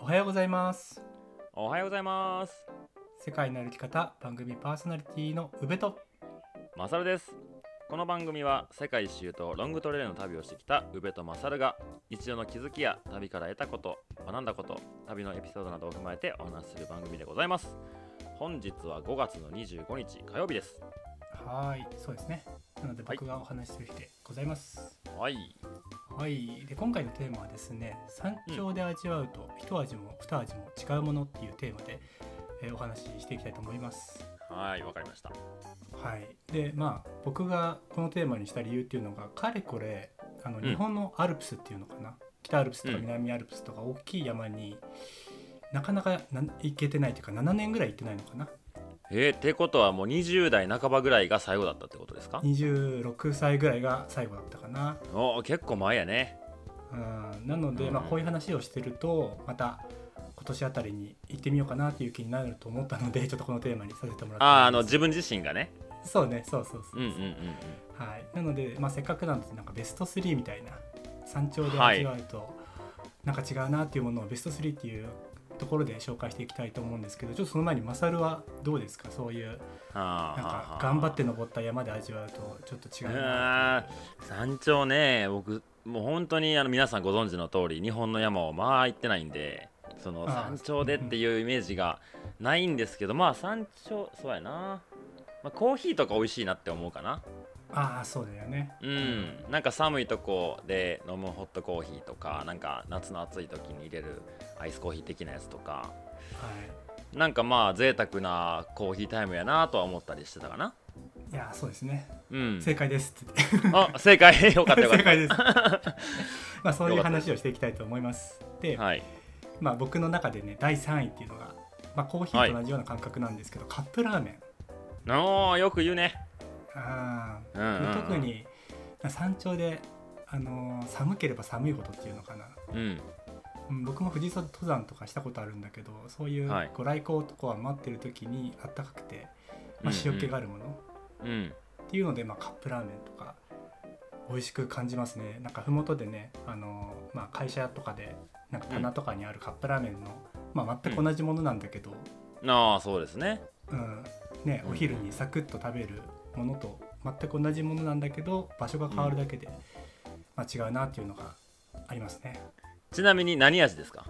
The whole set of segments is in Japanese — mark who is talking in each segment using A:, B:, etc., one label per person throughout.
A: おはようございます
B: おはようございます。
A: 世界の歩き方番組パーソナリティの宇部と
B: マサルです。この番組は世界一周とロングトレイルの旅をしてきた宇部とマサルが日常の気づきや旅から得たこと、学んだこと、旅のエピソードなどを踏まえてお話しする番組でございます。本日は5月の25日火曜日です。
A: はーいそうですねなので僕がお話しする日でございます
B: はい。
A: はい、で今回のテーマはですね「山頂で味わうと一味も二味も違うもの」っていうテーマで、えーお話ししていきたいと思います
B: はい、わかりました。
A: はい、でまあ僕がこのテーマにした理由っていうのがかれこれあの
B: ん
A: 日本のアルプスっていうのかな、北アルプスとか
B: うん
A: 南アルプスとか大きい山に、なかなかな行けてないというか7年ぐらい行ってないのかな
B: えー、ってことはもう20代半ばぐらいが最後だったってことですか
A: 26歳ぐらいが最後だったかな、
B: おー結構前やね。
A: うん、なので、まあ、
B: うん
A: こういう話をしてるとまた今年あたりに行ってみようかなっていう気になると思ったので ちょっとこのテーマにさせてもらって
B: ああ、あの
A: ます
B: 自分自身がね。
A: そうねそうそうそうう、
B: んうんうんうん。
A: はい、なので、まあ、せっかくなのでなんかベスト3みたいな山頂で味わうと、なんか違うなっていうものをベスト3っていうところで紹介していきたいと思うんですけどちょっとその前にマサルはどうですかそういうな
B: は
A: ん
B: あはあは
A: か
B: あ
A: 頑張って登った山で味わうとちょっと違うなっていう
B: 山頂ね僕もう本当にあの皆さんご存知の通り日本の山をまあ行ってないんでその
A: あー
B: 山頂でっていうイメージがないんですけどまあ山頂そうやな、まあ、コーヒーとか美味しいなって思うかな
A: ああそうだよね
B: うんなんか寒いとこで飲むホットコーヒーとかなんか夏の暑い時に入れるアイスコーヒー的なやつとか
A: は
B: なんかまあ贅沢なコーヒータイムやなとは思ったりしてたかない
A: いやーそうですね
B: うん
A: 正解ですって
B: あ正解 よかったよか
A: 正
B: った
A: 解ですまあそういう話をしていきたいと思いますで、
B: はい
A: まあ僕の中でね第3位っていうのが、まあ、コーヒーと同じような感覚なんですけど、カップラーメン
B: おーよく言うね
A: あ
B: うんうんうん
A: あ特に山頂で、あのー寒ければ寒いほどっていうのかな、
B: うん
A: うん、僕も富士山登山とかしたことあるんだけどそういう
B: はい
A: ご来光とかは待ってる時にあったかくて、
B: うんう
A: まあ、
B: ん
A: 塩気があるもの、
B: うん
A: っていうので、まあ、カップラーメンとか美味しく感じますねなんか麓でね、あのーまあ、会社とかでなんか棚とかにあるカップラーメンの、まあ、全く同じものなんだけど、
B: ああそうですね
A: うんね、
B: うん
A: お昼にサクッと食べるものと全く同じものなんだけど場所が変わるだけで、まあ、違うなっていうのがありますね
B: ちなみに何味ですか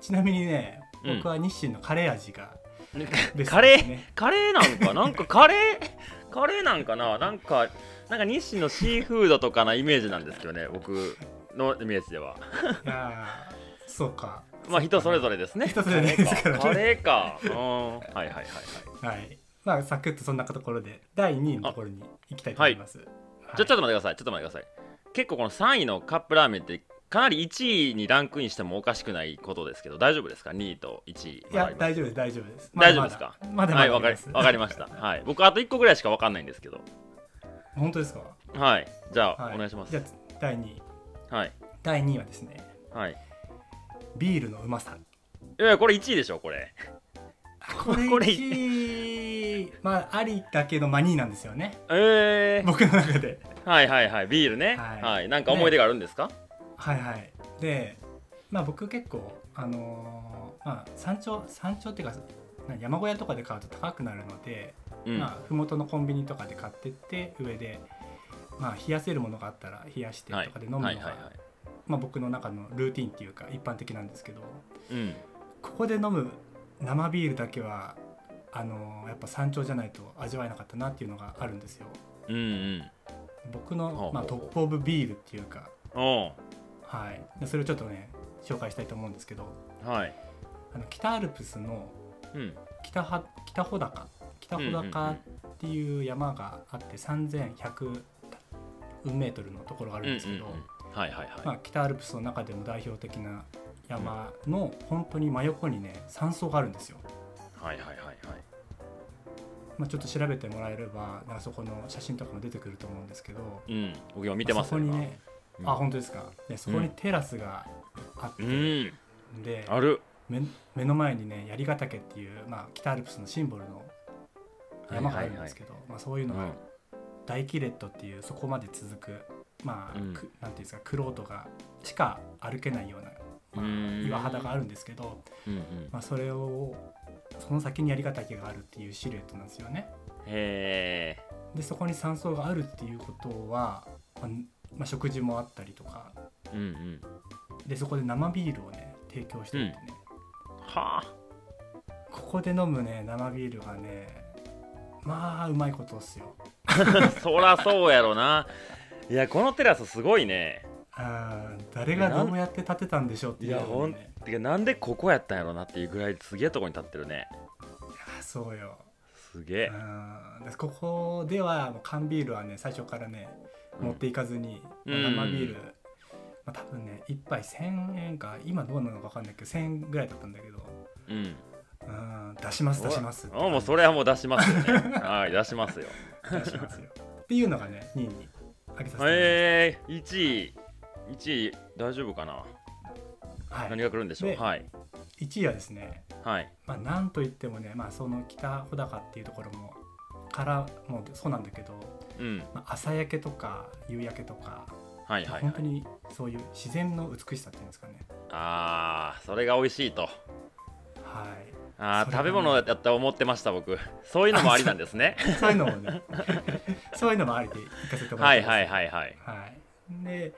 A: ちなみにね
B: うん
A: 僕は日清のカレー味がベスト
B: カ
A: で
B: レ
A: す
B: ー
A: ね、
B: カレーなんかなんかカレーカレーなんかななんかなんか日清のシーフードとかなイメージなんですけどね僕のイメージではい
A: やーそうか
B: まあ人それ
A: れ
B: ぞれですね
A: 人それぞれですからね
B: カレーかカレーかうんはいはいはいはい
A: はいまあサクッとそんなところで第2位のところに行きたいと思います、はい
B: じゃちょっと待ってくださいちょっと待ってください結構この3位のカップラーメンってかなり1位にランクインしてもおかしくないことですけど大丈夫ですか2位と1位
A: いや大丈夫です大丈夫です
B: 大丈夫ですか
A: まだまだ
B: はいわかりわかりましたはい僕あと1個ぐらいしかわかんないんですけど
A: た本当ですか、
B: はい、じゃあ、
A: は
B: お願いします
A: じゃ。あ第2位
B: はい、
A: 第2位はですね
B: はい。
A: ビールのうまさ
B: いや、これ1位でしょ、これ。
A: これ
B: これ
A: 1位まあありだけどまあ2位なんですよ ね
B: ええ
A: 僕の中で
B: はいはいはい、ビールね。
A: は
B: はいい、なんか思い出があるんですか。
A: はいはいでまあ僕結構あのーまあ山頂山頂っていうかな山小屋とかで買うと高くなるので、
B: うん、
A: まあ麓のコンビニとかで買ってって上でまあ冷やせるものがあったら冷やしてと
B: はい、
A: かで飲むのが、
B: はいはいはい。
A: まあ僕の中のルーティンっていうか一般的なんですけど
B: うん、
A: ここで飲む生ビールだけはあのーやっぱ山頂じゃないと味わえなかったなっていうのがあるんですよ。
B: うん、うん。
A: 僕
B: ほうほ
A: の
B: う、
A: まあ、トップ・オブ・ビールっていうか、
B: お
A: はい、でそれをちょっとね紹介したいと思うんですけど
B: うはい。
A: あの北アルプスの
B: うん。
A: 北は北穂高北穂高っていう山があって3100メートルのところがあ
B: う
A: るんですけど、
B: うんはいはいはい。
A: まあ、北アルプスの中でも代表的な山の本当に真横にね山荘があるんですよ。
B: はいはいはいはい。
A: まあ、ちょっと調べてもらえればなんかそこの写真とかも出てくると思うんですけど
B: うん、僕今見てます
A: そこにね、
B: 今
A: あ本当ですかでそこにテラスがあって、
B: うんうん、
A: で
B: ある。
A: 目目の前にね槍ヶ岳っていう、まあ、北アルプスのシンボルの山があるんですけど、まあ、そういう
B: う
A: のが
B: ん、
A: 大キレットっていうそこまで続くまあ、
B: うん
A: くなんていうんですか玄人がしか歩けないようなまあ、岩肌があるんですけど、
B: うんうん
A: まあ、それをその先に槍ヶ岳があるっていうシルエットなんですよね。
B: へえ
A: でそこに山荘があるっていうことは、まあまあ食事もあったりとか
B: うんうん
A: でそこで生ビールをね提供してるってね、
B: はあ
A: ここで飲むね生ビールがねまあうまいことっすよ。
B: そらそうやろないやこのテラスすごいね
A: あー誰がどうやって建てたんでしょうって
B: い
A: いう
B: や
A: よう
B: ほ
A: なんね
B: てかなんでここやったんやろなっていうぐらいすげえとこに立ってるね
A: いやそうよ。
B: すげえ
A: うんでここではもう缶ビールはね最初からね
B: うん
A: 持っていかずに、
B: うん
A: まあ生ビール、まあ、多分ね1杯1,000円か今どうなのか分かんないけど1,000円ぐらいだったんだけど
B: うん
A: うん出します出します
B: あもうそ
A: れ
B: れはもう出しますよね はい出しますよ
A: 出しますよっていうのがね2位に挙げさせてもらい
B: えー、1位1位大丈夫かな、
A: ます、は
B: 何
A: い、
B: が来るんでしょう
A: で
B: はい
A: 1位はですね、
B: はい
A: まあ、なんといってもね、まあ、その北穂高っていうところもからもうそうなんだけど、
B: うん
A: まあ、朝焼けとか夕焼けとか、
B: はいはい、
A: 本
B: はい
A: 当、にそういう自然の美しさっていうんですかね
B: あーそれが美味しいと
A: はい
B: あー
A: それがね
B: 食べ物だった思ってました僕そういうのもありなんで すね
A: そういうのもねそういうのもありで行かせてもら
B: は
A: って
B: い
A: ます
B: はいはいはい
A: はいで、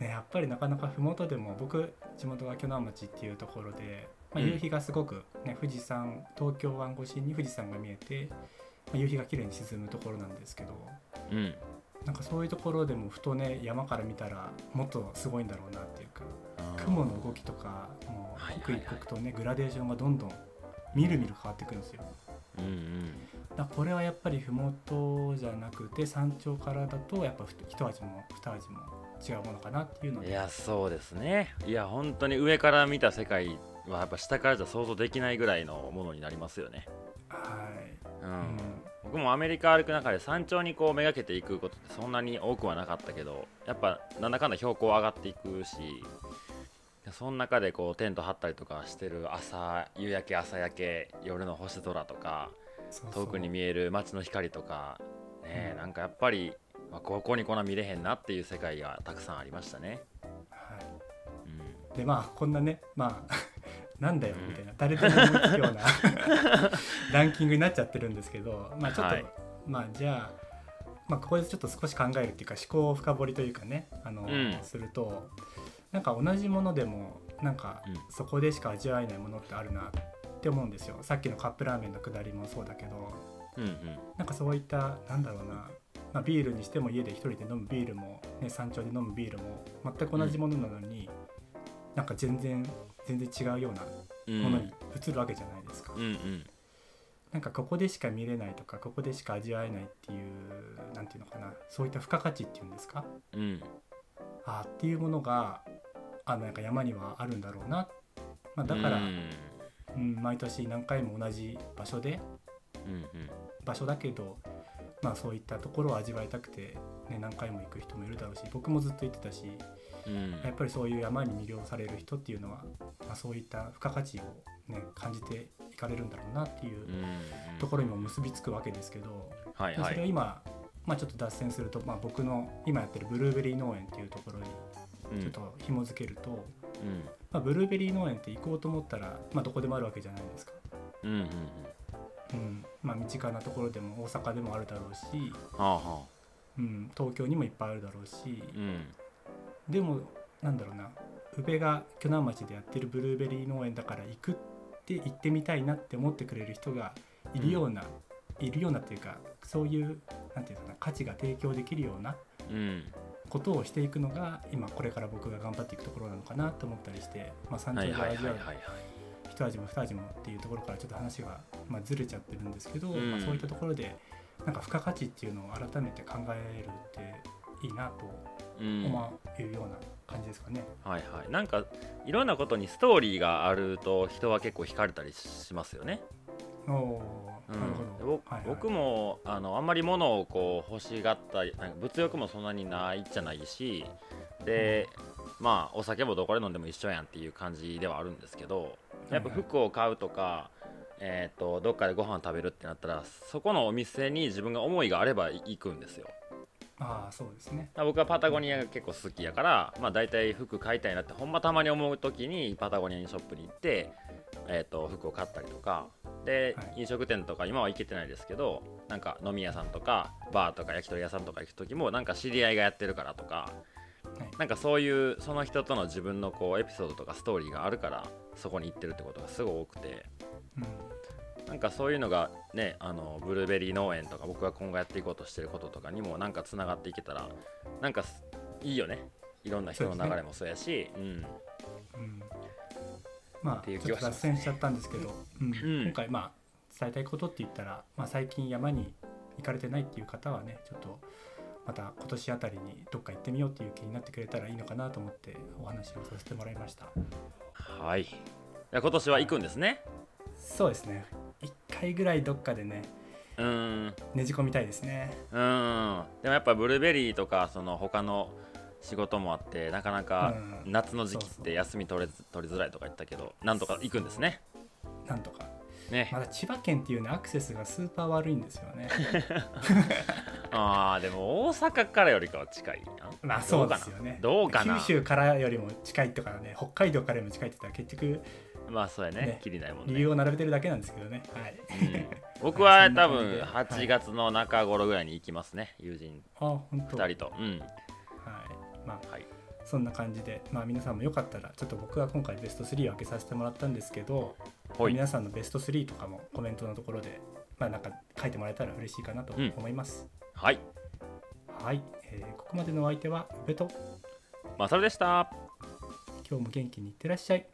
A: ね、やっぱりなかなか麓でも僕地元が鋸南町っていうところで、まあ、
B: うん
A: 夕日がすごく、ね富士山東京湾越しに富士山が見えて、まあ夕日が綺麗に沈むところなんですけど
B: うん
A: なんかそういうところでもふとね山から見たらもっとすごいんだろうなっていうか雲の動きとかも
B: はいうはい
A: 刻
B: はい
A: 一刻とねグラデーションがどんどんみるみる変わってくるんですよ。
B: うんうん
A: だからこれはやっぱり麓じゃなくて山頂からだとやっぱふ一味も二味も違うものかなっていうの
B: い
A: で
B: やそうですねいや本当に上から見た世界はやっぱ下からじゃ想像できないぐらいのものになりますよね、
A: はい、
B: う
A: うんん、
B: 僕もアメリカ歩く中で山頂にこうめがけていくことってそんなに多くはなかったけどやっぱなんだかんだ標高上がっていくしその中でこうテント張ったりとかしてる朝夕焼け朝焼け夜の星空とか
A: そうそう
B: 遠くに見える街の光とかねえ、
A: うん
B: なんかやっぱり、まあ、ここにこんな見れへんなっていう世界がたくさんありましたね。
A: は
B: うん
A: い、でまあこんなねまあ なんだよみたいな誰でも思いつくような ランキングになっちゃってるんですけどまあちょっと、
B: はい
A: まあじゃあまあ、ここでちょっと少し考えるっていうか思考を深掘りというかねあの、
B: うん
A: するとなんか同じものでもなんか
B: うん
A: そこでしか味わえないものってあるなって思うんですよさっきのカップラーメンのくだりもそうだけど
B: うんうん
A: なんかそういったなんだろうな、まあ、ビールにしても家で一人で飲むビールも、ね、山頂で飲むビールも全く同じものなのに、なんか全然全然違うような
B: うん
A: ものに移るわけじゃないですか、
B: うんうん
A: なんかここでしか見れないとかここでしか味わえないっていうなんていうのかなそういった付加価値っていうんですか
B: うん
A: あーっていうものがあなんか山にはあるんだろうな、まあ、だから、
B: うん
A: うん、毎年何回も同じ場所で
B: うん
A: 場所だけど、まあ、そういったところを味わいたくて、ね、何回も行く人もいるだろうし僕もずっと行ってたし
B: うん
A: やっぱりそういう山に魅了される人っていうのは、まあ、そういった付加価値を、ね、感じていかれるんだろうなっていう
B: うん
A: う
B: うん
A: ところにも結びつくわけですけど、
B: はい
A: まあ
B: は
A: それはい今、まあ、ちょっと脱線すると、まあ、僕の今やってるブルーベリー農園っていうところに
B: うん
A: ちょっと紐づけると、
B: うん
A: まあ、ブルーベリー農園って行こうと思ったら、まあ、どこでもあるわけじゃないですか。
B: うんうんうん
A: うんまあ、身近なところでも大阪でもあるだろうし、
B: はあはあ
A: うん、東京にもいっぱいあるだろうし、
B: うん
A: でもなんだろうな宇部が鋸南町でやってるブルーベリー農園だから行くって行ってみたいなって思ってくれる人がいるような、いるようなっていうかそういうなんていうのかな価値が提供できるような
B: うん
A: ことをしていくのが今これから僕が頑張っていくところなのかなと思ったりして、まあ、山頂
B: はい
A: で
B: はいはい
A: 味
B: は
A: わ
B: いうはい
A: 一味も二味もっていうところからちょっと話が、まあ、ずれちゃってるんですけど、
B: うん
A: まあ、そういったところでなんか付加価値っていうのを改めて考えるっていいなと
B: うんは
A: 思うような感じですかね。
B: いはいなんかいろんなことにストーリーがあると人は結構惹かれたりしますよね
A: おー
B: うん
A: なるほ
B: で
A: ど
B: ぼ。僕
A: も
B: もあのあんまり物をこう欲しがったりなんか物欲もそんなにないじゃないしで、まあお酒もどこで飲んでも一緒やんっていう感じではあるんですけどやっぱ服を買うとか、えー、とどっかでご飯食べるってなったらそこのお店に自分が思いがあれば行くんですよ
A: ああそうですね
B: 僕はパタゴニアが結構好きやから、まあ、大体服買いたいなってほんまたまに思う時にパタゴニアにショップに行って、えー、と服を買ったりとかで、
A: はい
B: 飲食店とか今は行けてないですけどなんか飲み屋さんとかバーとか焼き鳥屋さんとか行く時もなんか知り合いがやってるからとか
A: はい
B: なんかそういうその人との自分のこうエピソードとかストーリーがあるからそこに行ってるってことがすごい多くて
A: うん
B: なんかそういうのがねあのブルーベリー農園とか僕が今後やっていこうとしてることとかにもなんかつながっていけたらなんかすいいよねいろんな人の流れもそうやしうん
A: うんま
B: ていう
A: あ
B: 気
A: ちょっ
B: はし
A: と
B: ま
A: 脱
B: す
A: 線しちゃったんですけど、うん
B: ん
A: 今回まあ伝えたいことって言ったら、まあ、最近山に行かれてないっていう方はねちょっとまた今年あたりにどっか行ってみようっていう気になってくれたらいいのかなと思ってお話をさせてもらいました
B: はいいや今年は行くんですね
A: そうですね1回ぐらいどっかでね
B: うーんう
A: ねじ込みたいですね
B: ーんでもやっぱブルーベリーとかその他の仕事もあってなかなか
A: うん
B: 夏の時期っ
A: そうそ
B: て
A: う
B: 休み取れず取りづらいとか言ったけどなんとか行くんですね
A: なんとか
B: ね
A: まだ千葉県っていうねアクセスがスーパー悪いんですよ ね
B: あーでも大阪からよりかは近いな
A: まあそうですよね
B: どうかな
A: 九州からよりも近いとかね北海道からよりも近いって言ったら結局
B: まあそうやね
A: ね
B: きりないもんね
A: 理由を並べてるだけなんですけどねはい
B: うん僕は多
A: そん
B: 分
A: な感じ
B: 8
A: で
B: 月の中頃ぐらいに行きますね、友人
A: あ本当
B: 2人と、うん、
A: はいまあ、
B: はい
A: そんな感じで、まあ、皆さんもよかったらちょっと僕が今回ベスト3を開けさせてもらったんですけど、
B: ほい
A: 皆さんのベスト3とかもコメントのところで、まあ、なんか書いてもらえたら嬉しいかなと
B: うん
A: 思います、
B: はい
A: はい、えーここまでのお相手は宇部と
B: まあそれでした
A: 今日も元気にいってらっしゃい